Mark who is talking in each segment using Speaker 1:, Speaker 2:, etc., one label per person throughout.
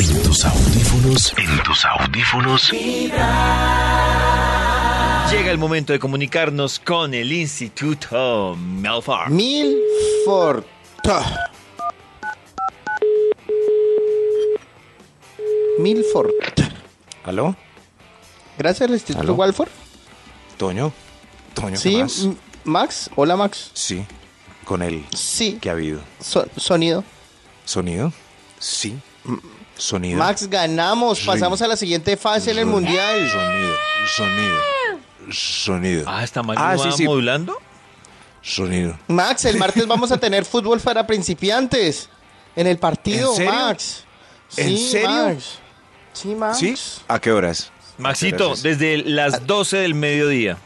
Speaker 1: En tus audífonos, en tus audífonos.
Speaker 2: Llega el momento de comunicarnos con el Instituto Melfar.
Speaker 3: Milford. Milford.
Speaker 4: ¿Aló?
Speaker 3: Gracias al Instituto
Speaker 4: ¿Aló?
Speaker 3: Walford.
Speaker 4: ¿Toño? ¿Toño qué
Speaker 3: Sí,
Speaker 4: más?
Speaker 3: M- Max. Hola, Max.
Speaker 4: Sí, con él.
Speaker 3: Sí.
Speaker 4: ¿Qué ha habido?
Speaker 3: So- sonido.
Speaker 4: ¿Sonido? Sí. ¿Sonido?
Speaker 3: Max, ganamos. Pasamos a la siguiente fase en el
Speaker 4: Sonido.
Speaker 3: mundial.
Speaker 4: Sonido, sonido, sonido,
Speaker 2: Ah, esta mañana
Speaker 4: Ah, sí, sí.
Speaker 2: modulando.
Speaker 4: sonido.
Speaker 3: Max, el martes vamos a tener fútbol para principiantes. En el partido,
Speaker 4: ¿En serio?
Speaker 3: Max.
Speaker 4: ¿En
Speaker 3: Sí,
Speaker 4: serio?
Speaker 3: Max. Sí, Max.
Speaker 4: ¿Sí? ¿A qué horas?
Speaker 2: Maxito,
Speaker 4: Gracias. Ah.
Speaker 2: desde las 12 del mediodía.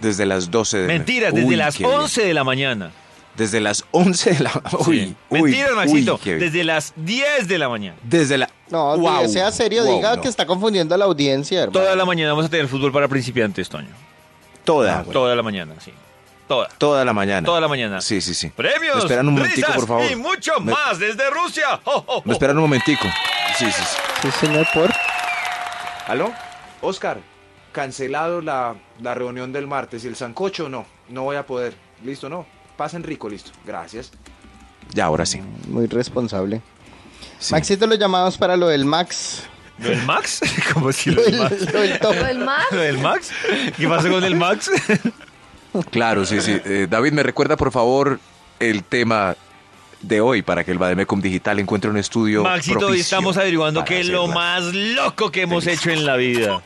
Speaker 4: Desde las 12 de
Speaker 2: Mentiras,
Speaker 4: Uy,
Speaker 2: desde las
Speaker 4: qué bien.
Speaker 2: 11 de la mañana.
Speaker 4: Desde las 11 de la... Uy,
Speaker 2: Sí.
Speaker 4: uy,
Speaker 2: Mentiras,
Speaker 4: uy,
Speaker 2: Maxito,
Speaker 4: qué bien.
Speaker 2: desde las 10 de la mañana.
Speaker 4: Desde la...
Speaker 3: No,
Speaker 4: Wow,
Speaker 3: tío, sea serio,
Speaker 4: wow,
Speaker 3: diga
Speaker 4: no.
Speaker 3: que está confundiendo a la audiencia, hermano.
Speaker 2: Toda la mañana vamos a tener fútbol para principiantes, Toño.
Speaker 3: Ah,
Speaker 4: Toda,
Speaker 2: Toda la mañana, sí. Toda.
Speaker 4: toda la mañana.
Speaker 2: Toda la mañana.
Speaker 4: Sí, sí, sí.
Speaker 2: Premios,
Speaker 4: Me esperan un momentico,
Speaker 2: risas
Speaker 4: por favor.
Speaker 2: y mucho
Speaker 4: Me-
Speaker 2: más desde Rusia. ¡Jo, jo, jo!
Speaker 4: Me esperan un momentico. Sí, sí, sí.
Speaker 3: Sí, señor, por.
Speaker 4: ¿Aló? Oscar, cancelado la, la reunión del martes. ¿Y el sancocho? No, no voy a poder. ¿Listo? No. Pasen rico, listo. Gracias. Ya, ahora sí.
Speaker 3: Muy responsable.
Speaker 4: Sí.
Speaker 3: Maxito, los llamados para lo del Max.
Speaker 2: ¿Lo del Max? ¿Cómo si lo del Max?
Speaker 3: Lo del top.
Speaker 5: ¿Lo del mar?
Speaker 2: ¿Lo del Max? ¿Qué pasó con el Max?
Speaker 4: Claro, sí, sí. Eh, David, me recuerda, por favor, el tema de hoy para que el Bademecum Digital encuentre un estudio
Speaker 2: Maxito, hoy
Speaker 4: propicio
Speaker 2: estamos averiguando
Speaker 4: para
Speaker 2: qué es lo
Speaker 4: hacerla.
Speaker 2: más loco que hemos hecho en la vida.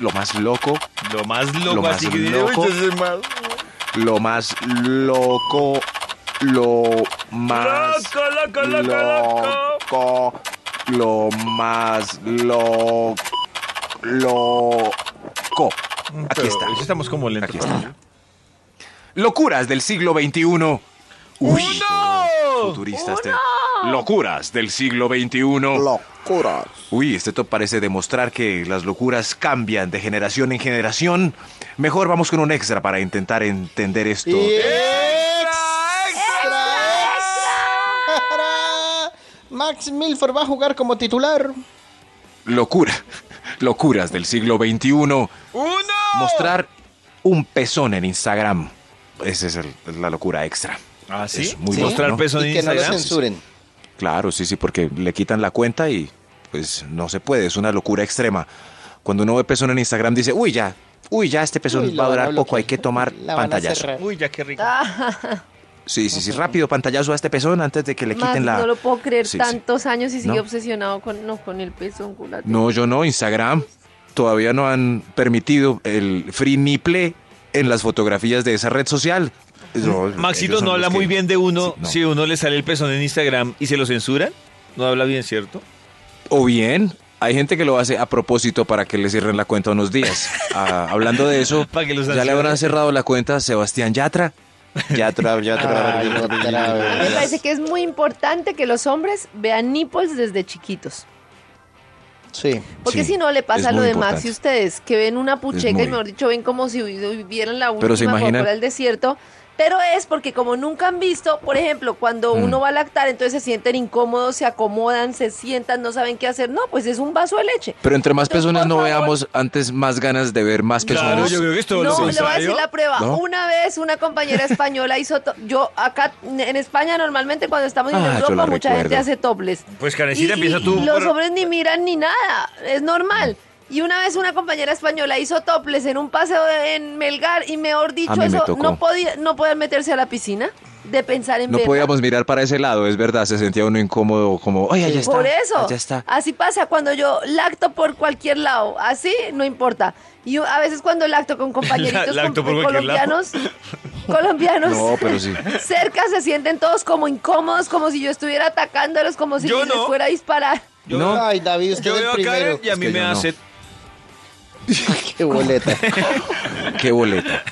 Speaker 4: Lo más loco,
Speaker 2: Lo más loco,
Speaker 4: Lo más
Speaker 2: así que diré,
Speaker 4: loco.
Speaker 2: "Uy, este es el más
Speaker 4: lo más loco, lo más...
Speaker 2: Loco, loco, loco, loco.
Speaker 4: loco, lo más loco, loco. Aquí
Speaker 2: Pero
Speaker 4: está.
Speaker 2: hoy sí Estamos como lentos.
Speaker 4: Aquí está. Locuras del siglo XXI. Uy,
Speaker 2: ¡Uno!
Speaker 4: futurista este. Locuras del siglo XXI.
Speaker 3: Locura.
Speaker 4: Uy, este top parece demostrar que las locuras cambian de generación en generación. Mejor vamos con un extra para intentar entender esto.
Speaker 3: Y extra, extra. Max Milford va a jugar como titular.
Speaker 4: Locura. Locuras del siglo XXI.
Speaker 2: ¡Uno!
Speaker 4: Mostrar un pezón en Instagram. Esa es el- la locura extra.
Speaker 2: ¿Ah, sí?
Speaker 4: Es muy
Speaker 3: Sí.
Speaker 2: ¿Mostrar
Speaker 4: bueno, ¿no?
Speaker 2: peso en
Speaker 3: y que no lo
Speaker 2: Instagram?
Speaker 3: censuren.
Speaker 4: Claro, sí, sí, porque le quitan la cuenta y pues no se puede, es una locura extrema. Cuando uno ve pezón en Instagram dice, uy ya, uy ya, este pezón
Speaker 3: Uy, lo
Speaker 4: va a
Speaker 3: van a
Speaker 4: durar poco,
Speaker 3: bloquear.
Speaker 4: hay que tomar
Speaker 3: La van a
Speaker 4: pantallazo.
Speaker 3: cerrar.
Speaker 2: Uy, ya qué rico.
Speaker 4: Sí, sí, sí, rápido pantallazo a este pezón antes de que le
Speaker 5: Max,
Speaker 4: quiten la...
Speaker 5: No lo puedo creer
Speaker 4: Sí, sí.
Speaker 5: tantos años y sigue
Speaker 4: No.
Speaker 5: obsesionado con, no, con el pezón culate.
Speaker 4: No, yo no, Instagram todavía no han permitido el free nipple en las fotografías de esa red social. No, ellos
Speaker 2: Maxito
Speaker 4: son
Speaker 2: no
Speaker 4: los
Speaker 2: habla
Speaker 4: que-
Speaker 2: muy bien de uno
Speaker 4: Sí, no.
Speaker 2: si uno le sale el pezón en Instagram y se lo censuran. No habla bien, ¿cierto?
Speaker 4: O bien, hay gente que lo hace a propósito para que le cierren la cuenta unos días. Ah, hablando de eso,
Speaker 2: Para que los
Speaker 4: ya le
Speaker 2: sancionen.
Speaker 4: habrán cerrado la cuenta a Sebastián Yatra. Yatra, Yatra.
Speaker 3: Ay, otra
Speaker 5: Me
Speaker 3: vez.
Speaker 5: parece que es muy importante que los hombres vean nipples desde chiquitos.
Speaker 3: Sí.
Speaker 5: Porque
Speaker 4: Sí,
Speaker 5: si no le pasa
Speaker 4: es
Speaker 5: lo
Speaker 4: muy
Speaker 5: de Max
Speaker 4: importante.
Speaker 5: y ustedes, que ven una pucheca
Speaker 4: muy-
Speaker 5: y mejor dicho ven como si hubi- vieran la
Speaker 4: Pero se
Speaker 5: última
Speaker 4: imaginan-
Speaker 5: Coca-Cola del desierto. Pero es porque como nunca han visto, por ejemplo, cuando
Speaker 4: Mm.
Speaker 5: uno va a lactar, entonces se sienten incómodos, se acomodan, se sientan, no saben qué hacer. No, pues es un vaso de leche.
Speaker 4: Pero entre más personas
Speaker 5: Por
Speaker 4: no
Speaker 5: favor.
Speaker 4: veamos, antes más ganas de ver más personas.
Speaker 2: Claro, yo creo que es todo
Speaker 5: no,
Speaker 2: lo
Speaker 5: le voy a decir
Speaker 2: contrario.
Speaker 5: la prueba.
Speaker 4: ¿No?
Speaker 5: Una vez una compañera española hizo. to- Yo acá en España, normalmente cuando estamos en
Speaker 4: Ah, yo la
Speaker 5: Europa, mucha gente
Speaker 4: recuerdo.
Speaker 5: hace toples.
Speaker 2: Pues, Karencita,
Speaker 5: Y-
Speaker 2: empieza
Speaker 5: y
Speaker 2: tú
Speaker 5: Los
Speaker 2: por-
Speaker 5: hombres ni miran ni nada. Es normal. Y una vez una compañera española hizo toples en un paseo de- en Melgar y mejor
Speaker 4: A
Speaker 5: dicho,
Speaker 4: mí me
Speaker 5: eso
Speaker 4: tocó.
Speaker 5: no podía, no podían meterse a la piscina de pensar en
Speaker 4: No
Speaker 5: verla.
Speaker 4: podíamos mirar para ese lado, es verdad, se sentía uno incómodo, como, ay, allá está.
Speaker 5: Por eso.
Speaker 4: Allá está.
Speaker 5: Así pasa cuando yo lacto por cualquier lado. Así no importa. Y yo, a veces cuando lacto con compañeritos
Speaker 2: La- lacto
Speaker 5: com-
Speaker 2: por cualquier lado.
Speaker 5: colombianos, colombianos
Speaker 4: No, pero sí.
Speaker 5: cerca se sienten todos como incómodos, como si yo estuviera atacándolos, como si
Speaker 2: Yo no.
Speaker 5: les fuera a disparar.
Speaker 2: Yo-
Speaker 4: No.
Speaker 3: Ay, David, usted
Speaker 2: Yo
Speaker 3: es
Speaker 2: veo
Speaker 3: el
Speaker 2: a Karen
Speaker 3: primero.
Speaker 2: y a
Speaker 4: Es
Speaker 2: mí
Speaker 4: que
Speaker 2: me
Speaker 4: yo no.
Speaker 2: hace...
Speaker 3: Qué boleta.
Speaker 4: Qué boleta.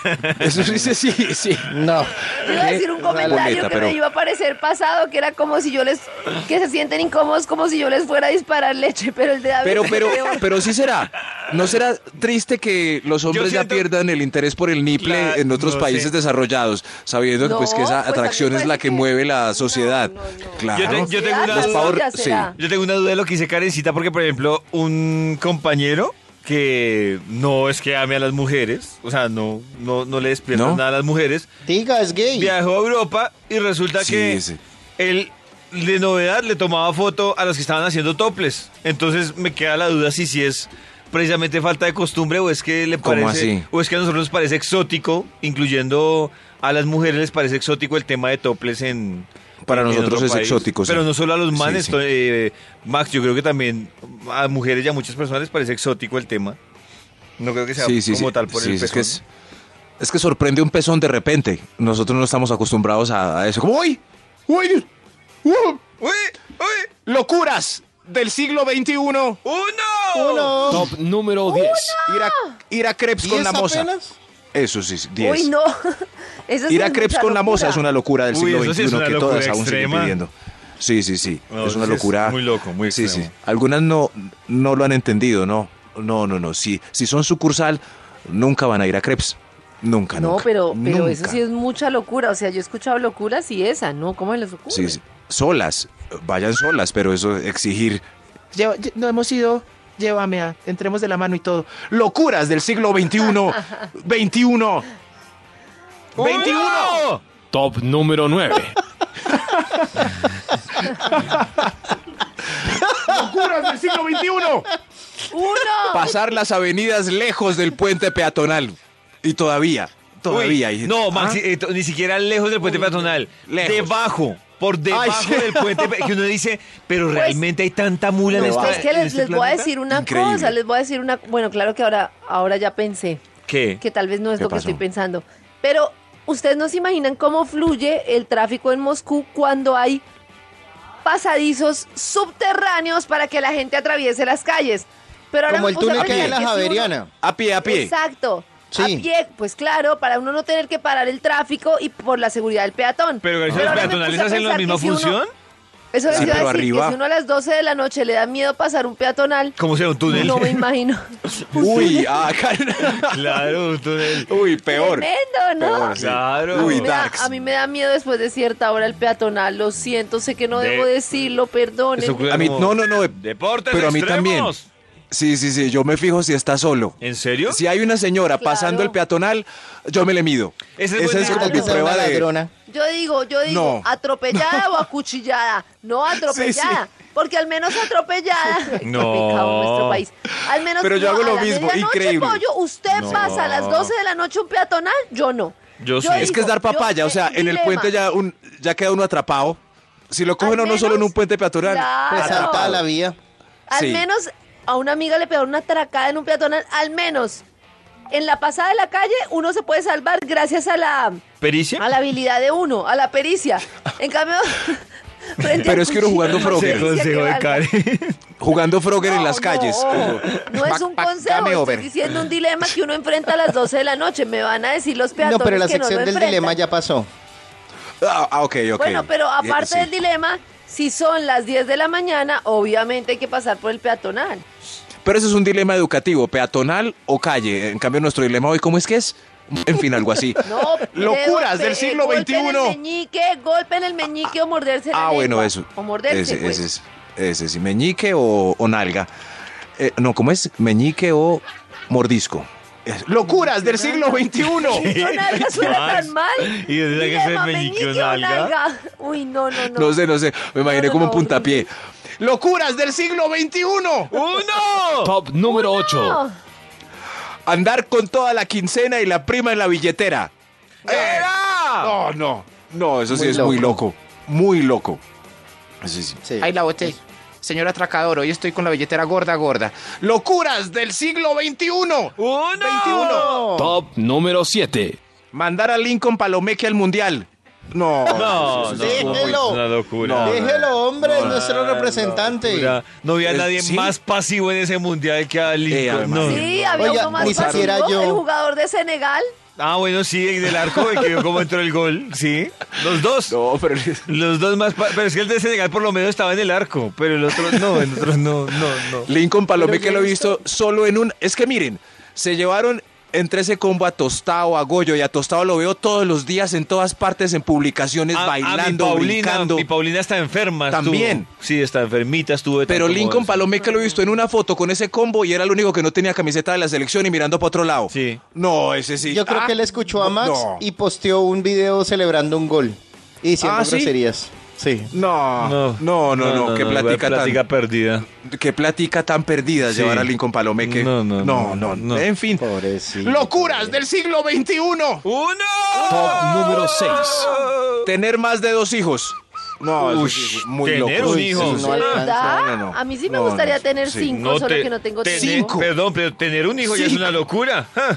Speaker 4: Eso sí, sí, sí. sí.
Speaker 3: No.
Speaker 5: Yo iba a decir un
Speaker 4: Qué rara
Speaker 5: comentario
Speaker 4: boleta,
Speaker 5: que
Speaker 4: pero-
Speaker 5: me iba a parecer pasado, que era como si yo les. que se sienten incómodos, como si yo les fuera a disparar leche, pero el de David.
Speaker 4: Pero,
Speaker 5: fue
Speaker 4: pero,
Speaker 5: peor.
Speaker 4: pero sí será. ¿No será triste que los hombres
Speaker 2: siento-
Speaker 4: ya pierdan el interés por el niple
Speaker 2: Claro,
Speaker 4: en otros
Speaker 2: no
Speaker 4: países
Speaker 2: sé.
Speaker 4: desarrollados, sabiendo
Speaker 5: No,
Speaker 4: pues, que esa
Speaker 5: pues, a mí
Speaker 4: atracción es la
Speaker 5: parece
Speaker 4: que,
Speaker 5: que-
Speaker 4: mueve la
Speaker 5: no,
Speaker 4: sociedad?
Speaker 5: no, no.
Speaker 2: Yo te-
Speaker 4: Claro.
Speaker 2: yo tengo una
Speaker 5: Sociedad,
Speaker 2: duda.
Speaker 5: suya
Speaker 4: Sí.
Speaker 5: será.
Speaker 2: Yo tengo una duda de lo que dice Karencita, porque por ejemplo, un compañero que no es que ame a las mujeres, o sea, no, no, no le despierta
Speaker 4: ¿No?
Speaker 2: nada a las mujeres,
Speaker 3: Diga, es gay.
Speaker 2: viajó a Europa y resulta
Speaker 4: Sí,
Speaker 2: que
Speaker 4: sí.
Speaker 2: él de novedad le tomaba foto a los que estaban haciendo toples. Entonces me queda la duda si si es precisamente falta de costumbre o es que le
Speaker 4: ¿Cómo
Speaker 2: parece
Speaker 4: así?
Speaker 2: o es que a nosotros nos parece exótico, incluyendo a las mujeres les parece exótico el tema de toples en
Speaker 4: Para
Speaker 2: en
Speaker 4: nosotros
Speaker 2: otro
Speaker 4: es exótico, sí.
Speaker 2: Pero no solo a los
Speaker 4: Sí,
Speaker 2: manes,
Speaker 4: sí.
Speaker 2: to- eh, Max, yo creo que también a mujeres y a muchas personas les parece exótico el tema. No creo que sea
Speaker 4: Sí, sí,
Speaker 2: como
Speaker 4: sí.
Speaker 2: tal por
Speaker 4: Sí,
Speaker 2: el
Speaker 4: es que
Speaker 2: pezón.
Speaker 4: es, es que sorprende un pezón de repente. Nosotros no estamos acostumbrados a, a eso. Como, ¡Uy! ¡Uy! Dios! ¡Uh!
Speaker 2: ¡Uy! ¡Uy!
Speaker 4: ¡Locuras del siglo XXI!
Speaker 2: ¡Uno!
Speaker 3: Uno.
Speaker 6: Top número 10.
Speaker 4: Ir a, ir a crepes con
Speaker 3: ¿Diez
Speaker 4: la moza.
Speaker 3: apenas?
Speaker 4: Eso sí, 10.
Speaker 5: Uy, no. Eso sí
Speaker 4: Ir a
Speaker 5: es
Speaker 4: Krebs
Speaker 5: mucha
Speaker 4: con la moza
Speaker 5: locura.
Speaker 4: es una locura del
Speaker 2: Uy,
Speaker 4: siglo
Speaker 2: eso sí
Speaker 4: XXI
Speaker 2: es una
Speaker 4: que
Speaker 2: locura
Speaker 4: todas aún siguen
Speaker 2: extrema.
Speaker 4: pidiendo. Sí, sí, sí.
Speaker 2: No,
Speaker 4: es una
Speaker 2: sí es
Speaker 4: locura.
Speaker 2: muy loco, muy
Speaker 4: Sí, sí.
Speaker 2: extremo.
Speaker 4: Algunas no, no lo han entendido, no. No, no, no. Si, si son sucursal, nunca van a ir a crepes. Nunca,
Speaker 5: No,
Speaker 4: nunca.
Speaker 5: pero, pero eso
Speaker 4: Nunca.
Speaker 5: sí es mucha locura. O sea, yo he escuchado locuras y esa, ¿no? ¿Cómo les ocurre?
Speaker 4: Sí, sí. Solas. Vayan solas, pero eso exigir.
Speaker 7: Lleva- lle- no hemos ido, llévame a, entremos de la mano y todo.
Speaker 4: Locuras del siglo XXI. ¡21! ¡21!
Speaker 2: ¡Uno!
Speaker 6: Top número 9.
Speaker 4: ¡Locuras del siglo XXI!
Speaker 5: ¡Uno!
Speaker 4: pasar las avenidas lejos del puente peatonal. Y todavía, todavía hay
Speaker 2: Uy,
Speaker 4: gente.
Speaker 2: No, Max,
Speaker 4: ¿Ah?
Speaker 2: eh, to- ni siquiera lejos del puente peatonal.
Speaker 4: lejos.
Speaker 2: Debajo. Por debajo
Speaker 4: sí.
Speaker 2: del puente pe- que uno dice, pero realmente hay tanta mula en
Speaker 5: No,
Speaker 2: esta
Speaker 5: Pues, es que
Speaker 2: en
Speaker 5: les,
Speaker 2: este
Speaker 5: les voy a
Speaker 2: planeta?
Speaker 5: decir una
Speaker 4: Increíble.
Speaker 5: cosa, les voy a decir una... Bueno, claro que ahora, ahora ya pensé
Speaker 2: ¿Qué?
Speaker 5: que tal vez no es
Speaker 4: ¿Qué
Speaker 5: lo
Speaker 4: pasó?
Speaker 5: que estoy pensando, pero ustedes no se imaginan cómo fluye el tráfico en Moscú cuando hay pasadizos subterráneos para que la gente atraviese las calles. Pero ahora
Speaker 3: Como el
Speaker 5: o sea,
Speaker 3: túnel que hay
Speaker 5: ahora
Speaker 3: en la
Speaker 5: que si uno-
Speaker 3: Javeriana.
Speaker 4: eh, A pie, a pie.
Speaker 5: Exacto.
Speaker 3: Sí.
Speaker 5: A pie, pues claro, para uno no tener que parar el tráfico y por la seguridad del peatón.
Speaker 2: Pero, García, los
Speaker 5: ahora me
Speaker 2: peatonales
Speaker 5: puse a
Speaker 2: hacen la
Speaker 5: pensar que
Speaker 2: misma
Speaker 5: si uno-
Speaker 2: función.
Speaker 5: eso les
Speaker 4: Sí,
Speaker 5: iba a
Speaker 4: pero
Speaker 5: decir,
Speaker 4: arriba.
Speaker 5: que si uno a las 12 de la noche le da miedo pasar un peatonal,
Speaker 2: Como sea un túnel.
Speaker 5: no me imagino.
Speaker 4: Uy, ah, car-
Speaker 2: Claro, un túnel.
Speaker 4: Uy, peor.
Speaker 5: Tremendo, ¿no?
Speaker 4: Peor, sí.
Speaker 2: Claro.
Speaker 5: A mí
Speaker 4: Uy,
Speaker 5: me da-
Speaker 4: darks.
Speaker 5: a mí me da miedo después de cierta hora el peatonal, lo siento, sé que no
Speaker 2: De-
Speaker 5: debo decirlo, perdón.
Speaker 2: Eso ocurre
Speaker 4: A mí,
Speaker 2: como-
Speaker 4: no, no, no. eh,
Speaker 2: Deportes
Speaker 4: Pero a mí también.
Speaker 2: extremos.
Speaker 4: Sí, sí, sí. Yo me fijo si está solo.
Speaker 2: ¿En serio?
Speaker 4: Si hay una señora
Speaker 5: Claro.
Speaker 4: pasando el peatonal, yo me le mido.
Speaker 2: Ese es
Speaker 4: Esa
Speaker 2: buen
Speaker 4: es como
Speaker 5: ejemplo.
Speaker 4: mi
Speaker 3: Esa es
Speaker 4: prueba
Speaker 3: una
Speaker 4: de.
Speaker 3: ladrona.
Speaker 5: Yo digo, yo digo,
Speaker 4: No.
Speaker 5: atropellada o acuchillada, no atropellada, porque al menos atropellada.
Speaker 2: No.
Speaker 5: Qué pecado nuestro país. Al menos
Speaker 4: Pero yo
Speaker 5: no,
Speaker 4: hago
Speaker 5: a
Speaker 4: lo
Speaker 5: la
Speaker 4: mismo,
Speaker 5: medianoche,
Speaker 4: increíble.
Speaker 5: pollo, usted
Speaker 2: No.
Speaker 5: pasa a las 12 de la noche un peatonal, yo no.
Speaker 2: Yo sí.
Speaker 4: Es que es
Speaker 5: digo,
Speaker 4: dar papaya.
Speaker 5: yo-
Speaker 4: O sea,
Speaker 5: eh,
Speaker 4: en el
Speaker 5: dilema.
Speaker 4: puente ya, un, ya queda uno atrapado. Si lo cogen
Speaker 5: Al
Speaker 4: a uno solo en
Speaker 5: menos-
Speaker 4: un puente peatonal.
Speaker 5: Claro.
Speaker 3: Pues
Speaker 4: atrapado.
Speaker 3: saltada la vía.
Speaker 5: Al
Speaker 4: Sí.
Speaker 5: menos a una amiga le pegaron una tracada en un peatonal, al menos. En la pasada de la calle uno se puede salvar gracias a la a
Speaker 2: ¿Pericia?
Speaker 5: la habilidad de uno, a la pericia. En cambio frente
Speaker 4: Pero
Speaker 5: al
Speaker 4: es que uno jugando
Speaker 5: cuchillo, no sé
Speaker 4: Frogger.
Speaker 5: si es que valga.
Speaker 4: Jugando Frogger en
Speaker 5: No,
Speaker 4: las
Speaker 5: no,
Speaker 4: calles.
Speaker 5: ojo, No, es
Speaker 4: Back-
Speaker 5: un
Speaker 4: back-
Speaker 5: consejo,
Speaker 4: game
Speaker 5: estoy
Speaker 4: over.
Speaker 5: diciendo un dilema que uno enfrenta a las 12 de la noche. Me van a decir los peatones
Speaker 3: No, pero la
Speaker 5: que no
Speaker 3: sección
Speaker 5: lo
Speaker 3: del
Speaker 5: enfrentan.
Speaker 3: dilema ya pasó.
Speaker 4: Ah, ah, ok, ok.
Speaker 5: Bueno, pero
Speaker 4: Eh,
Speaker 5: aparte
Speaker 4: sí.
Speaker 5: del dilema, si son las 10 de la mañana, obviamente hay que pasar por el peatonal.
Speaker 4: Pero ese es un dilema educativo, peatonal o calle. En cambio, nuestro dilema hoy, ¿cómo es que es? En fin, algo así.
Speaker 5: No,
Speaker 4: Locuras del
Speaker 5: eh,
Speaker 4: siglo
Speaker 5: Golpe en el
Speaker 4: XXI.
Speaker 5: meñique, golpe en el meñique o morderse la
Speaker 4: Ah, bueno,
Speaker 5: lengua.
Speaker 4: eso.
Speaker 5: O morderse,
Speaker 4: Ese,
Speaker 5: pues.
Speaker 4: ese es, ese sí, meñique o, o nalga. Eh, no, ¿cómo es? Meñique o mordisco. Eh, Locuras del siglo XXI.
Speaker 5: No, nalga suena tan mal.
Speaker 2: Y desde que
Speaker 5: Dilema,
Speaker 2: se meñique o
Speaker 5: nalga.
Speaker 2: nalga.
Speaker 5: Uy, no, no, no.
Speaker 4: No sé, no sé. Me imaginé
Speaker 5: No, no,
Speaker 4: como
Speaker 5: no,
Speaker 4: un puntapié. Locuras del siglo XXI.
Speaker 2: ¡Uno!
Speaker 6: Top número 8.
Speaker 5: No.
Speaker 4: Andar con toda la quincena y la prima en la billetera.
Speaker 2: ¡Era!
Speaker 4: No, no. No, eso sí
Speaker 3: Muy
Speaker 4: es muy loco. Muy loco. Eso sí.
Speaker 3: Sí.
Speaker 7: Ahí la boté. Señor atracador, hoy estoy con la billetera gorda, gorda.
Speaker 4: Locuras del siglo XXI.
Speaker 2: ¡Uno!
Speaker 4: 21.
Speaker 6: Top número 7.
Speaker 4: Mandar a Lincoln Palomeque al mundial. No,
Speaker 2: No, no,
Speaker 4: estuvo muy-
Speaker 3: Déjelo.
Speaker 2: una locura.
Speaker 4: No, no,
Speaker 3: Déjelo, hombre,
Speaker 4: no,
Speaker 3: nuestro
Speaker 4: no,
Speaker 3: representante.
Speaker 2: Mira, no había
Speaker 4: Eh,
Speaker 2: nadie
Speaker 4: ¿sí? Eh,
Speaker 2: más pasivo en ese mundial que a Lincoln.
Speaker 4: además.
Speaker 2: no.
Speaker 5: Sí, había
Speaker 3: Oiga,
Speaker 5: uno más
Speaker 3: ni
Speaker 5: pasivo,
Speaker 3: siquiera yo.
Speaker 5: el jugador de Senegal.
Speaker 2: Ah, bueno, sí, el del arco, el que vio cómo entró el gol. Sí, los dos.
Speaker 4: No, pero
Speaker 2: Los dos más. pa- Pero es que el de Senegal por lo menos estaba en el arco, pero el otro no, el otro no, no, no.
Speaker 4: Lincoln Palomé que
Speaker 3: yo
Speaker 4: lo he
Speaker 3: he
Speaker 4: visto solo en un. Es que miren, se llevaron entre ese combo a Tostado, a Goyo y a Tostado lo veo todos los días en todas partes, en publicaciones,
Speaker 2: A- a Ah, mi
Speaker 4: bailando, brincando.
Speaker 2: Mi Paulina está enferma. estuvo-
Speaker 4: También.
Speaker 2: sí, está enfermita, estuvo. de
Speaker 4: Pero
Speaker 2: tanto
Speaker 4: Lincoln
Speaker 2: moverse.
Speaker 4: Palomé que lo he visto en una foto con ese combo y era el único que no tenía camiseta de la selección y mirando para otro lado.
Speaker 2: Sí.
Speaker 4: No, ese sí.
Speaker 3: Yo creo
Speaker 4: Ah,
Speaker 3: que él escuchó a Max
Speaker 4: no.
Speaker 3: y posteó un video celebrando un gol y diciendo
Speaker 4: Ah, ¿sí?
Speaker 3: groserías. Sí.
Speaker 4: No, no, no, no, qué
Speaker 2: güey,
Speaker 4: plática,
Speaker 2: plática perdida.
Speaker 4: tan, qué plática tan perdida
Speaker 2: Sí.
Speaker 4: llevar a Lincoln Palomé que
Speaker 2: No, no,
Speaker 4: no, no,
Speaker 2: no, no. Oh.
Speaker 4: en fin,
Speaker 3: Pobrecito.
Speaker 4: locuras del siglo XXI.
Speaker 2: ¡Uno!
Speaker 6: Top número 6.
Speaker 4: Tener más de dos hijos. No, eso sí, muy
Speaker 2: tener
Speaker 4: loco.
Speaker 2: un
Speaker 3: Uy,
Speaker 2: hijo.
Speaker 3: sí,
Speaker 5: ¿De
Speaker 3: no alcanza.
Speaker 5: ¿Verdad?
Speaker 4: No, no, no.
Speaker 5: A mí sí me
Speaker 4: No, no,
Speaker 5: gustaría
Speaker 4: sí,
Speaker 5: tener
Speaker 4: sí.
Speaker 5: cinco, solo
Speaker 2: te-
Speaker 5: que no tengo
Speaker 2: tener-
Speaker 5: tiempo.
Speaker 2: Perdón, pero tener un hijo ya es
Speaker 4: Cinco.
Speaker 2: una locura. Ja.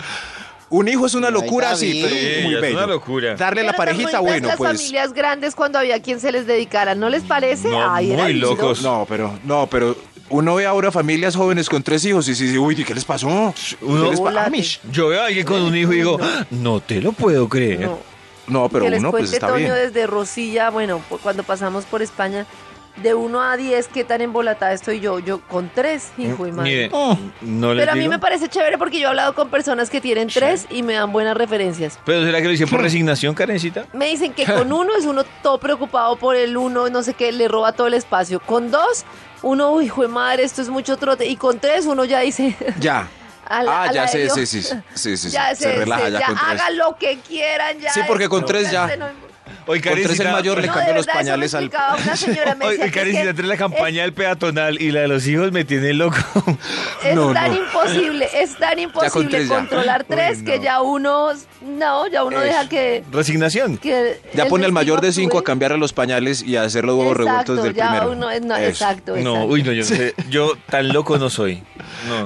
Speaker 4: Un hijo es una locura, sí,
Speaker 3: David.
Speaker 4: pero
Speaker 3: Sí,
Speaker 4: muy
Speaker 2: ya es
Speaker 4: bello.
Speaker 2: una locura.
Speaker 4: Darle la
Speaker 5: Pero tan
Speaker 4: parejita,
Speaker 5: bonitas
Speaker 4: bueno,
Speaker 5: las
Speaker 4: pues.
Speaker 5: familias grandes cuando había quien se les dedicara, ¿no les parece?
Speaker 2: No,
Speaker 5: Ay, era
Speaker 2: muy
Speaker 5: lindo.
Speaker 2: locos.
Speaker 4: No, pero, no, pero uno ve ahora familias jóvenes con tres hijos y dice, uy, ¿y ¿qué les pasó?
Speaker 2: Uno-
Speaker 4: ¿Qué les pa- Ah,
Speaker 5: Hola,
Speaker 4: Amish.
Speaker 2: Yo veo a alguien con un hijo y digo, "Ah, no te lo puedo creer.
Speaker 5: No.
Speaker 4: No, pero
Speaker 5: que les
Speaker 4: uno, pues
Speaker 5: cuente
Speaker 4: está
Speaker 5: Toño
Speaker 4: bien.
Speaker 5: desde Rosilla, bueno, por- cuando pasamos por España, de 1 a 10, qué tan embolatada estoy yo. Yo con 3,
Speaker 4: Mm,
Speaker 5: hijo de madre. Oh.
Speaker 2: Mire, no les
Speaker 5: Pero a mí
Speaker 2: digo.
Speaker 5: me parece chévere porque yo he hablado con personas que tienen 3 y me dan buenas referencias.
Speaker 2: ¿Pero será que lo hicieron por resignación, Karencita?
Speaker 5: Me dicen que con uno es uno todo preocupado por el uno, no sé qué, le roba todo el espacio. Con dos, uno, uy, hijo de madre, esto es mucho trote. Y con tres, uno ya dice.
Speaker 4: Ya.
Speaker 5: a la-
Speaker 4: ah,
Speaker 5: a
Speaker 4: ya
Speaker 5: la de
Speaker 4: sé, sí,
Speaker 5: Dios.
Speaker 4: sí, sí, sí, sí,
Speaker 5: Ya
Speaker 4: se relaja ya, con tres.
Speaker 5: haga lo que quieran, ya.
Speaker 4: Sí, porque con tres ya.
Speaker 5: este no-
Speaker 2: Hoy
Speaker 4: Con tres el mayor le
Speaker 5: No,
Speaker 4: cambió
Speaker 5: de
Speaker 4: los
Speaker 5: verdad, eso me
Speaker 4: pañales al-
Speaker 5: explicaba Una señora me decía
Speaker 2: Oye,
Speaker 5: que es
Speaker 2: Karencita,
Speaker 5: que
Speaker 2: entre la campaña del peatonal y la de los hijos me tiene loco.
Speaker 5: Es
Speaker 4: No,
Speaker 5: tan
Speaker 4: no.
Speaker 5: imposible, es tan imposible
Speaker 4: tres ya.
Speaker 5: controlar
Speaker 4: Uy,
Speaker 5: tres que
Speaker 4: no.
Speaker 5: ya uno, no, ya uno
Speaker 4: Eso.
Speaker 5: deja que...
Speaker 2: Resignación.
Speaker 5: que
Speaker 4: Ya
Speaker 5: el
Speaker 4: pone al mayor de
Speaker 5: destino
Speaker 4: cinco a
Speaker 5: actúe.
Speaker 4: cambiar a los pañales y a hacer los huevos
Speaker 5: Exacto,
Speaker 4: revueltos del
Speaker 5: ya
Speaker 4: primero.
Speaker 5: uno es- no,
Speaker 4: Eso.
Speaker 5: exacto,
Speaker 2: No,
Speaker 5: exacto.
Speaker 2: uy, no, yo no sé. Yo tan loco no soy.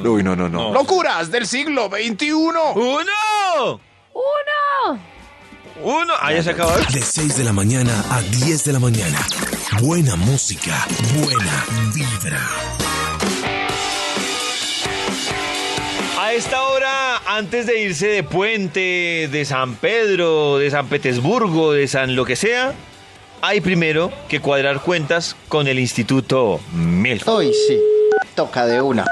Speaker 4: Uy, no, no, no.
Speaker 2: No.
Speaker 4: ¡Locuras del siglo XXI!
Speaker 2: ¡Uno!
Speaker 5: ¡Uno!
Speaker 2: ¡Uno! Ah, ya se acabó.
Speaker 1: De 6 de la mañana a 10 de la mañana. Buena música, buena vibra.
Speaker 2: A esta hora, antes de irse de Puente, de San Pedro, de San Petersburgo, de San lo que sea, hay primero que cuadrar cuentas con el Instituto MILF.
Speaker 3: Hoy sí. Toca de una.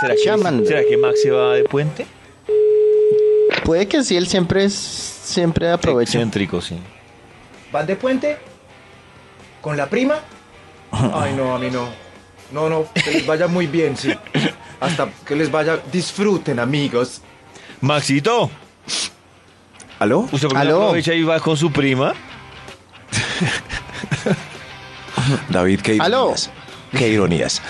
Speaker 2: ¿Será que,
Speaker 3: Llaman.
Speaker 2: ¿Será que Max se va de Puente?
Speaker 3: Puede que sí, él siempre es, siempre aprovecha.
Speaker 2: Excéntrico, sí.
Speaker 7: ¿Van de puente? ¿Con la prima?
Speaker 4: Ay, no, a mí no. No, no, que les vaya muy bien, sí. Hasta que les vaya... Disfruten, amigos.
Speaker 2: Maxito,
Speaker 4: ¿Aló?
Speaker 2: ¿usted por qué no
Speaker 3: Aló.
Speaker 2: aprovecha y va con su prima?
Speaker 4: David, qué ironías.
Speaker 3: ¿Aló?
Speaker 4: Qué ironías.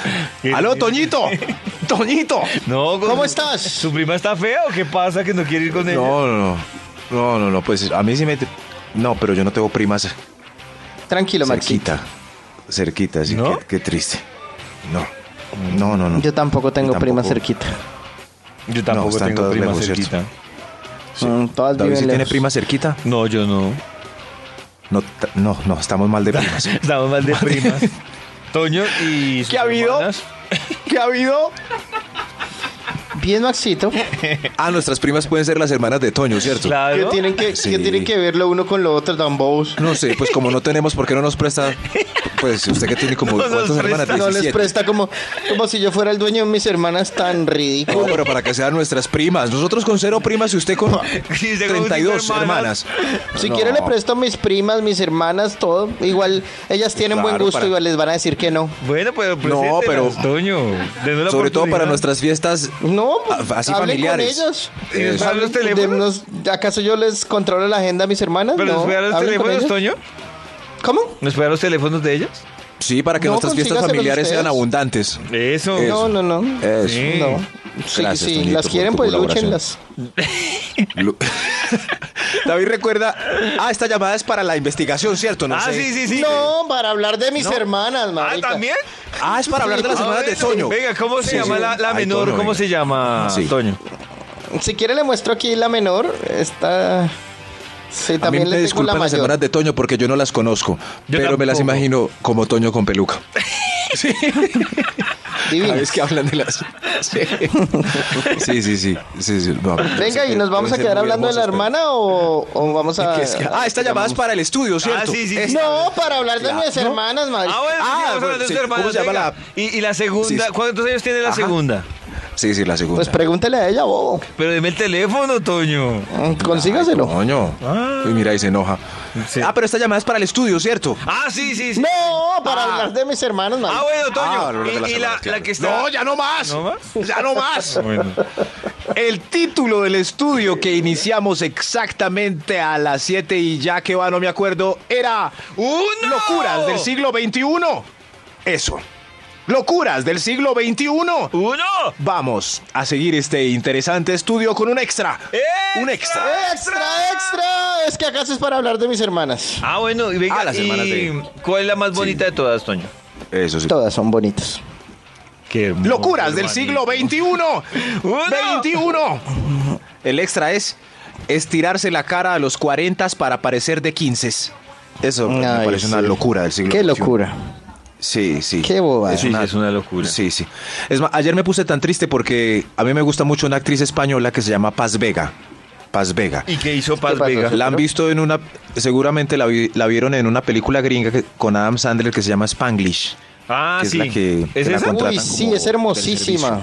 Speaker 4: ¡Aló, Toñito! ¡Toñito!
Speaker 2: No, con-
Speaker 3: ¿Cómo estás?
Speaker 2: ¿Su prima está fea o qué pasa que no quiere ir con ella?
Speaker 4: No, no, no. No, no, no, pues a mí sí me... No, pero yo no tengo primas
Speaker 3: Tranquilo, Maxito.
Speaker 4: cerquita. Cerquita, sí.
Speaker 2: ¿No?
Speaker 4: Qué, qué triste. No. No, no, no.
Speaker 3: Yo tampoco tengo
Speaker 4: Yo
Speaker 3: prima
Speaker 4: tampoco.
Speaker 3: cerquita.
Speaker 2: Yo tampoco
Speaker 4: están
Speaker 2: tengo
Speaker 4: todas
Speaker 2: prima
Speaker 4: lejos, ¿cierto?
Speaker 2: cerquita.
Speaker 4: Sí.
Speaker 3: Mm, todas
Speaker 4: David,
Speaker 3: viven
Speaker 4: ¿sí tiene
Speaker 3: lejos.
Speaker 4: prima cerquita?
Speaker 2: No, yo no.
Speaker 4: No, ta- no, no, estamos mal de primas.
Speaker 2: Estamos mal de primas. Toño y sus
Speaker 4: ¿Qué ha habido?
Speaker 2: hermanas.
Speaker 4: ¿Qué ha habido?
Speaker 3: Bien, Maxito.
Speaker 4: Ah, nuestras primas pueden ser las hermanas de Toño, ¿cierto?
Speaker 3: Que
Speaker 2: Claro.
Speaker 3: tienen que,
Speaker 4: Sí.
Speaker 3: que tienen que ver lo uno con lo otro, Dan Bowes.
Speaker 4: No sé, pues como no tenemos, ¿por qué no nos presta? Pues usted que tiene como
Speaker 2: No nos
Speaker 4: cuántas hermanas,
Speaker 2: presta.
Speaker 3: No les
Speaker 4: 17.
Speaker 3: presta como, como si yo fuera el dueño de mis hermanas tan
Speaker 4: No,
Speaker 3: ridículo.
Speaker 4: pero para que sean nuestras primas. Nosotros con cero primas y usted con
Speaker 2: Sí, usted con
Speaker 4: 32
Speaker 2: cinco hermanas.
Speaker 4: hermanas.
Speaker 3: Si
Speaker 4: No.
Speaker 3: quiere le presto a mis primas, mis hermanas, todo. Igual ellas tienen
Speaker 4: Claro,
Speaker 3: buen gusto,
Speaker 4: para-
Speaker 3: igual les van a decir que no.
Speaker 2: Bueno, pero pues
Speaker 4: No, pero-
Speaker 2: preséntelas, Toño, denos la
Speaker 4: Sobre todo para
Speaker 2: oportunidad.
Speaker 4: nuestras fiestas
Speaker 3: No, pues,
Speaker 4: a- Ah, así
Speaker 3: hablen
Speaker 4: familiares. Eh,
Speaker 3: con ellos.
Speaker 2: ¿Y les
Speaker 4: Eso.
Speaker 2: va a dar los
Speaker 3: Hablen de
Speaker 2: teléfonos?
Speaker 3: unos- ¿Acaso yo les controlo la agenda a mis hermanas?
Speaker 2: ¿Pero
Speaker 3: no.
Speaker 2: nos puede dar los
Speaker 3: hablen con
Speaker 2: teléfonos,
Speaker 3: ellas.
Speaker 2: Toño?
Speaker 3: ¿Cómo?
Speaker 2: ¿Nos puede dar los teléfonos de ellas?
Speaker 4: Sí, para que
Speaker 3: No,
Speaker 4: nuestras fiestas
Speaker 3: consígaselos
Speaker 4: familiares
Speaker 3: ustedes.
Speaker 4: sean abundantes.
Speaker 2: Eso.
Speaker 4: Eso.
Speaker 3: No, no, no.
Speaker 4: Eso.
Speaker 2: Sí.
Speaker 3: No. Si,
Speaker 4: Gracias,
Speaker 3: si
Speaker 4: Toñito,
Speaker 3: las
Speaker 4: por
Speaker 3: quieren,
Speaker 4: tu
Speaker 3: pues
Speaker 4: colaboración.
Speaker 3: lúchenlas.
Speaker 4: Lu- David recuerda. Ah, esta llamada es para la investigación, ¿cierto? No
Speaker 2: ah,
Speaker 4: sé.
Speaker 2: sí, sí, sí.
Speaker 3: No, para hablar de mis hermanas,
Speaker 2: Ah,
Speaker 3: marica.
Speaker 2: ¿también?
Speaker 4: Ah, es para hablar de las
Speaker 2: Ah,
Speaker 4: hermanas de
Speaker 2: bueno.
Speaker 4: Toño.
Speaker 2: Venga, ¿cómo se
Speaker 4: Sí,
Speaker 2: llama
Speaker 4: sí.
Speaker 2: la, la
Speaker 4: Ay,
Speaker 2: menor?
Speaker 4: Toño,
Speaker 2: ¿Cómo
Speaker 4: venga.
Speaker 2: se llama,
Speaker 4: Sí.
Speaker 2: Toño?
Speaker 3: Si quiere le muestro aquí la menor. Esta Sí,
Speaker 4: A mí
Speaker 3: también
Speaker 4: me
Speaker 3: le tengo la
Speaker 4: disculpan las
Speaker 3: mayor.
Speaker 4: semanas de Toño porque yo no las conozco,
Speaker 2: Yo
Speaker 4: pero me las
Speaker 2: tampoco.
Speaker 4: imagino como Toño con peluca. Cada
Speaker 3: Divino.
Speaker 4: vez que hablan de las. Sí, sí, sí. sí, sí, sí, no, pues
Speaker 3: Venga, ¿y nos vamos a
Speaker 4: deben ser
Speaker 3: quedar
Speaker 4: muy
Speaker 3: hablando de
Speaker 4: hermosas, pero-
Speaker 3: la hermana o, o vamos a...?
Speaker 4: ¿Qué es que- Ah, esta llamada es para el estudio, ¿cierto?
Speaker 2: Ah, sí, sí, sí.
Speaker 3: No, para hablar de mis hermanas, madre.
Speaker 2: Ah, bueno, sí,
Speaker 4: Ah,
Speaker 2: vamos a hablar de
Speaker 4: bueno, sí.
Speaker 2: sus hermanas,
Speaker 4: ¿Cómo se llama
Speaker 2: venga.
Speaker 4: la-
Speaker 2: Y, y la segunda,
Speaker 4: Sí, sí.
Speaker 2: ¿cuántos años tiene la
Speaker 4: Ajá.
Speaker 2: segunda?
Speaker 4: Sí, sí, la segunda.
Speaker 3: Pues pregúntele a ella, bobo.
Speaker 2: Pero dime el teléfono, Toño.
Speaker 3: Mm, Consígaselo.
Speaker 4: Coño.
Speaker 2: Ah.
Speaker 4: Y mira, y se enoja. Ah, pero esta llamada es para el estudio, ¿cierto?
Speaker 2: Ah, sí, sí, sí.
Speaker 3: No, para hablar de mis hermanas, madre.
Speaker 2: Ah, bueno,
Speaker 4: Ah,
Speaker 2: Toño.
Speaker 4: hablar de
Speaker 2: y
Speaker 4: las
Speaker 2: y la,
Speaker 4: hermanas, claro.
Speaker 2: la que está.
Speaker 4: No, ya no más.
Speaker 2: ¿No más?
Speaker 4: Ya no más.
Speaker 2: Bueno.
Speaker 4: El título del estudio que iniciamos exactamente a las 7 y ya que va, no me acuerdo, era
Speaker 2: ¡Uno!
Speaker 4: Locuras del siglo XXI. Eso. Locuras del siglo XXI.
Speaker 2: ¡Uno!
Speaker 4: Vamos a seguir este interesante estudio con un extra. Un extra.
Speaker 3: ¡Extra, extra! Es que acá sí es para hablar de mis hermanas.
Speaker 2: Ah, bueno, y venga,
Speaker 4: Ah, las hermanas
Speaker 2: y
Speaker 4: de-
Speaker 2: ¿cuál es la más bonita de todas, Toño?
Speaker 4: Eso sí.
Speaker 3: Todas son bonitas.
Speaker 2: Qué
Speaker 4: Locuras del siglo XXI.
Speaker 2: Uno.
Speaker 4: 21. El extra es estirarse la cara a los 40 para parecer de 15. Eso me
Speaker 3: Ay,
Speaker 4: parece una
Speaker 3: sí.
Speaker 4: locura del siglo
Speaker 3: ¡Qué
Speaker 4: XXI.
Speaker 3: locura!
Speaker 4: Sí, sí.
Speaker 3: Qué bobada.
Speaker 2: Sí, sí, es una locura.
Speaker 4: Sí, sí. Es más, ayer me puse tan triste porque a mí me gusta mucho una actriz española que se llama Paz Vega. Paz Vega.
Speaker 2: ¿Y qué hizo Paz
Speaker 3: pasó?
Speaker 2: Vega?
Speaker 4: La han visto en una, seguramente la, vi- la vieron en una película gringa que- con Adam Sandler que se llama Spanglish.
Speaker 2: Ah,
Speaker 4: que es
Speaker 2: sí.
Speaker 4: la que-
Speaker 2: ¿Es
Speaker 4: que la
Speaker 2: esa?
Speaker 4: contratan
Speaker 3: Uy, sí,
Speaker 4: como
Speaker 3: es hermosísima.
Speaker 4: del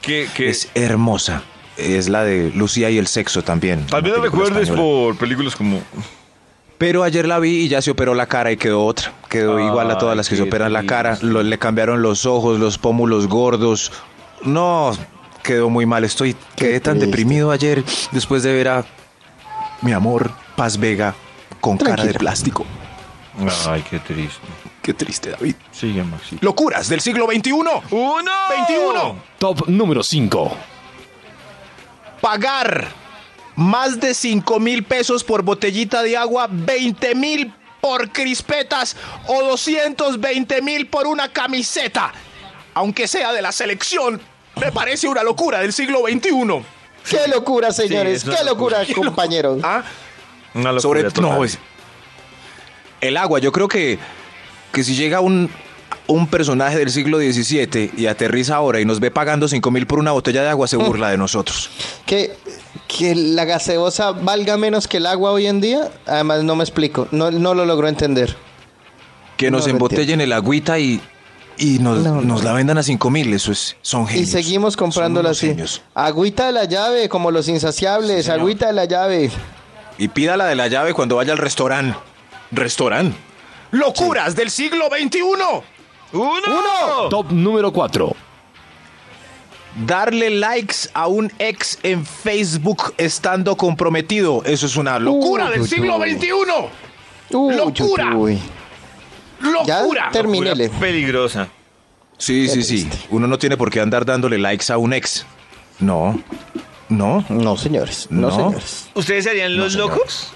Speaker 2: Que, que...
Speaker 4: Es hermosa. Es la de Lucía y el sexo también.
Speaker 2: Tal vez
Speaker 4: una
Speaker 2: la
Speaker 4: película
Speaker 2: recuerdes
Speaker 4: española.
Speaker 2: por películas como...
Speaker 4: Pero ayer la vi y ya se operó la cara y quedó otra. Quedó
Speaker 2: Ay,
Speaker 4: igual a todas las que se
Speaker 2: qué
Speaker 4: operan la cara.
Speaker 2: triste.
Speaker 4: Lo- le cambiaron los ojos, los pómulos gordos. No, quedó muy mal. Estoy, quedé tan
Speaker 3: triste.
Speaker 4: deprimido ayer después de ver a mi amor, Paz Vega, con cara de
Speaker 3: Tranquila.
Speaker 4: plástico.
Speaker 2: Ay, qué triste.
Speaker 4: Qué triste, David.
Speaker 2: Sigue, Maxi.
Speaker 4: Locuras del siglo XXI.
Speaker 2: ¡Uno!
Speaker 4: 21.
Speaker 6: Top número 5.
Speaker 4: Pagar más de 5 mil pesos por botellita de agua, 20 mil por crispetas o 220 mil por una camiseta. Aunque sea de la selección, me parece una locura del siglo XXI.
Speaker 3: ¡Qué locura, señores!
Speaker 2: es una
Speaker 3: ¡Qué locura,
Speaker 2: locura.
Speaker 3: compañeros!
Speaker 4: ¿Ah?
Speaker 2: Una locura
Speaker 4: Sobre
Speaker 2: total.
Speaker 4: no, es- el agua, yo creo que, que si llega un, un personaje del siglo XVII y aterriza ahora y nos ve pagando 5 mil por una botella de agua, se burla de nosotros.
Speaker 3: Que, que la gaseosa valga menos que el agua hoy en día, además no me explico. No, no lo logro entender.
Speaker 4: Que nos
Speaker 3: No lo
Speaker 4: embotellen el agüita y, y nos,
Speaker 3: No, no.
Speaker 4: nos la vendan a 5 mil. Eso es, son genios.
Speaker 3: y seguimos comprándola
Speaker 4: Son unos
Speaker 3: así.
Speaker 4: genios.
Speaker 3: Agüita de la llave, como los insaciables. agüita de la llave.
Speaker 4: Y pídala de la llave cuando vaya al restaurante. ¿Restaurante? ¡Locuras del siglo XXI!
Speaker 2: ¡Uno!
Speaker 6: Top número 4.
Speaker 4: Darle likes a un ex en Facebook estando comprometido. Eso es una locura
Speaker 3: Uy,
Speaker 4: del
Speaker 3: uy,
Speaker 4: siglo
Speaker 3: uy.
Speaker 4: XXI.
Speaker 3: Uy,
Speaker 4: ¡Locura!
Speaker 3: uy, uy. Ya
Speaker 4: ¡Locura!
Speaker 3: terminele.
Speaker 2: Peligrosa.
Speaker 4: Sí,
Speaker 3: Qué
Speaker 4: sí, sí.
Speaker 3: triste.
Speaker 4: Uno no tiene por qué andar dándole likes a un ex. No. No.
Speaker 3: No, señores. No,
Speaker 4: No.
Speaker 3: señores.
Speaker 2: ¿Ustedes serían los
Speaker 4: señor.
Speaker 2: locos?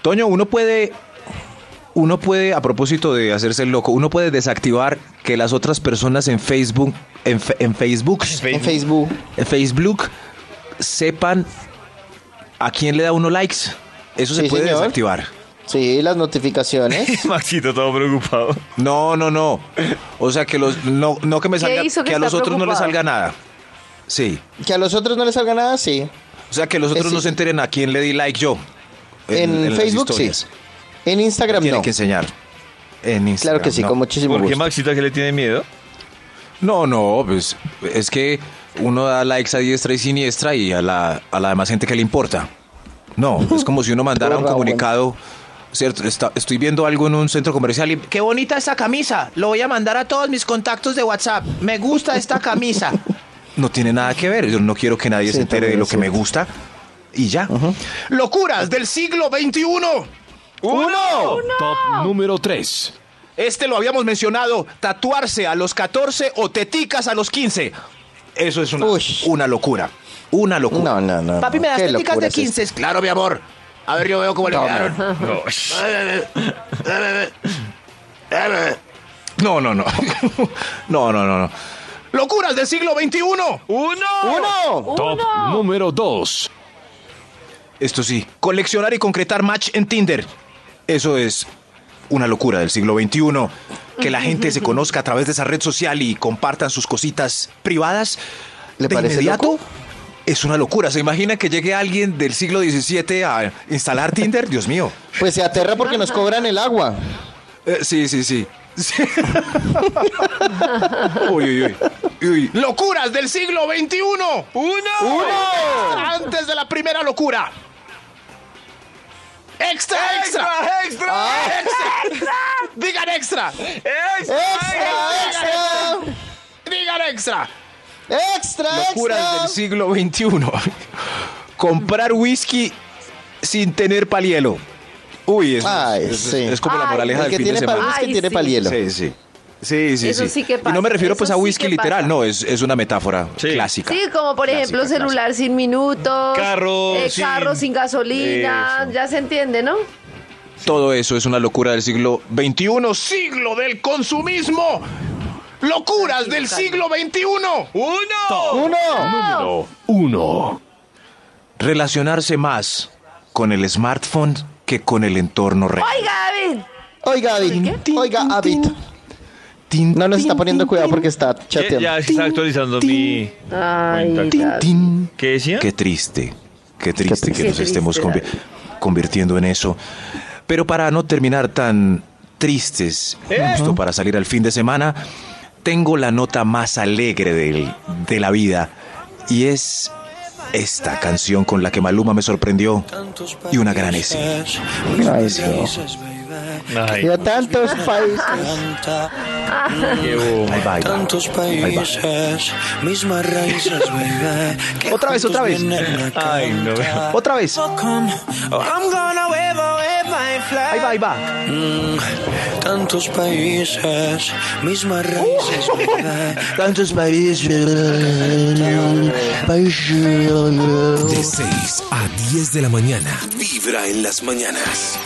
Speaker 4: Toño, uno puede. Uno puede, a propósito de hacerse el loco, uno puede desactivar que las otras personas en Facebook, en, fe- en Facebook,
Speaker 3: En Facebook.
Speaker 4: en Facebook sepan a quién le da uno likes. Eso se
Speaker 3: Sí,
Speaker 4: puede
Speaker 3: señor.
Speaker 4: desactivar.
Speaker 3: Sí, las notificaciones.
Speaker 2: Maxito, todo preocupado.
Speaker 4: No, no, no. O sea que los no, no que me
Speaker 5: ¿Qué
Speaker 4: salga,
Speaker 5: hizo que
Speaker 4: que a los
Speaker 5: está
Speaker 4: otros no les
Speaker 5: preocupado?
Speaker 4: salga nada. Sí.
Speaker 3: que a los otros no les salga nada, sí.
Speaker 4: O sea que los otros
Speaker 3: Es-
Speaker 4: no se enteren a quién le di like yo.
Speaker 3: En,
Speaker 4: las
Speaker 3: Facebook sí.
Speaker 4: historias.
Speaker 3: En Instagram
Speaker 4: Tiene
Speaker 3: no.
Speaker 4: que enseñar. En Instagram.
Speaker 3: Claro que sí,
Speaker 4: no.
Speaker 3: con muchísimo
Speaker 2: ¿Por qué
Speaker 3: gusto.
Speaker 2: Maxito a qué le tiene miedo?
Speaker 4: No, no, pues es que uno da likes a diestra y siniestra y a la, a la demás gente que le importa. No, es como si uno mandara un
Speaker 3: Todo raro, bueno.
Speaker 4: comunicado, ¿cierto? Está- estoy viendo algo en un centro comercial y...
Speaker 7: Qué bonita esta camisa. Lo voy a mandar a todos mis contactos de WhatsApp. Me gusta esta camisa.
Speaker 4: No tiene nada que ver, yo no quiero que nadie
Speaker 3: Sí,
Speaker 4: se entere de
Speaker 3: también
Speaker 4: lo
Speaker 3: es
Speaker 4: que me gusta y ya.
Speaker 7: Locuras del siglo XXI.
Speaker 4: ¡Uno!
Speaker 6: Top número 3.
Speaker 4: Este lo habíamos mencionado, tatuarse a los 14 o teticas a los 15. Eso es una,
Speaker 3: Uy.
Speaker 4: una locura, una locura.
Speaker 3: No, no, no.
Speaker 7: Papi,
Speaker 3: no.
Speaker 7: me das
Speaker 3: Qué
Speaker 7: técnicas de
Speaker 3: locura es esto.
Speaker 7: 15. Claro, mi amor. A ver, yo veo cómo le quedaron.
Speaker 2: No.
Speaker 4: No, no, no. no, no, no, no. ¡Locuras del siglo XXI!
Speaker 2: ¡Uno!
Speaker 3: ¡Uno!
Speaker 6: Top
Speaker 5: ¡Uno!
Speaker 6: número 2.
Speaker 4: Esto sí, coleccionar y concretar match en Tinder. Eso es una locura del siglo XXI. Que la gente se conozca a través de esa red social y compartan sus cositas privadas.
Speaker 3: ¿Le
Speaker 4: de
Speaker 3: parece
Speaker 4: inmediato, Es una locura. ¿Se imagina que llegue alguien del siglo XVII a instalar Tinder? Dios mío.
Speaker 3: Pues se aterra porque nos cobran el agua.
Speaker 4: Eh, sí, sí, sí. Sí. uy, uy, uy, Uy. ¡Locuras del siglo XXI! ¡Uno! ¡Uno! Antes de la primera locura. ¡Extra, extra! ¡Extra, extra! ¡Digan extra!
Speaker 3: ¡Extra, extra!
Speaker 4: ¡Digan extra!
Speaker 3: ¡Extra,
Speaker 4: Locuras del
Speaker 3: extra!
Speaker 4: siglo XXI. Comprar whisky sin tener palielo. Uy, eso es,
Speaker 3: Ay,
Speaker 4: eso es-
Speaker 3: sí.
Speaker 4: es como la
Speaker 5: Ay,
Speaker 4: moraleja
Speaker 3: El
Speaker 4: del
Speaker 3: que
Speaker 4: fin de
Speaker 3: tiene
Speaker 4: semana.
Speaker 3: pal es que
Speaker 5: Ay,
Speaker 3: tiene
Speaker 5: sí.
Speaker 3: palielo.
Speaker 4: Sí, sí. Sí, sí,
Speaker 5: Eso sí que
Speaker 4: Y no
Speaker 5: pasa,
Speaker 4: me refiero pues
Speaker 5: eso
Speaker 4: a
Speaker 5: sí
Speaker 4: whisky
Speaker 5: que
Speaker 4: literal,
Speaker 5: pasa.
Speaker 4: no, es, es una metáfora
Speaker 2: Sí.
Speaker 4: clásica.
Speaker 5: Sí, como por
Speaker 4: Clásica,
Speaker 5: ejemplo
Speaker 4: clásica.
Speaker 5: celular sin minutos,
Speaker 2: Carro
Speaker 5: eh,
Speaker 2: sin-
Speaker 5: carro sin gasolina,
Speaker 2: Eso.
Speaker 5: ya se entiende, ¿no?
Speaker 4: Todo eso es una locura del siglo XXI, siglo del consumismo. Locuras del siglo XXI.
Speaker 2: ¡Uno!
Speaker 3: ¡Uno!
Speaker 6: Número 1.
Speaker 4: Relacionarse más con el smartphone que con el entorno real.
Speaker 5: Oiga, David,
Speaker 3: Oiga, David. Oiga, David.
Speaker 4: Tin,
Speaker 3: No nos
Speaker 4: tin,
Speaker 3: está poniendo
Speaker 4: tin,
Speaker 3: cuidado
Speaker 4: tin,
Speaker 3: porque está
Speaker 2: Ya,
Speaker 3: chateando.
Speaker 2: ya se está actualizando mi.
Speaker 5: Ay,
Speaker 4: tin,
Speaker 2: cuenta.
Speaker 4: tin.
Speaker 2: ¿Qué decía?
Speaker 4: Qué triste, qué triste que
Speaker 5: Qué
Speaker 4: nos
Speaker 5: triste,
Speaker 4: estemos convi-
Speaker 5: David.
Speaker 4: convirtiendo en eso. Pero para no terminar tan tristes, justo para salir al fin de semana, tengo la nota más alegre del- de la vida y es esta canción con la que Maluma me sorprendió y una gran S.
Speaker 3: Ay, no.
Speaker 2: Ay,
Speaker 3: Ya tantos países.
Speaker 2: qué bobo.
Speaker 4: Bye, bye.
Speaker 8: Tantos países, mismas raíces, baby. que
Speaker 4: Otra vez, otra vez.
Speaker 8: juntos vienen a
Speaker 2: Ay, no veo.
Speaker 8: cantar.
Speaker 4: Otra vez.
Speaker 8: Welcome, I'm gonna wave, away my flag. Mm,
Speaker 4: Ahí va, ahí va.
Speaker 8: Tantos países, mismas raíces, baby.
Speaker 4: Tantos
Speaker 1: De 6 a 10 de la mañana. Vibra en las mañanas.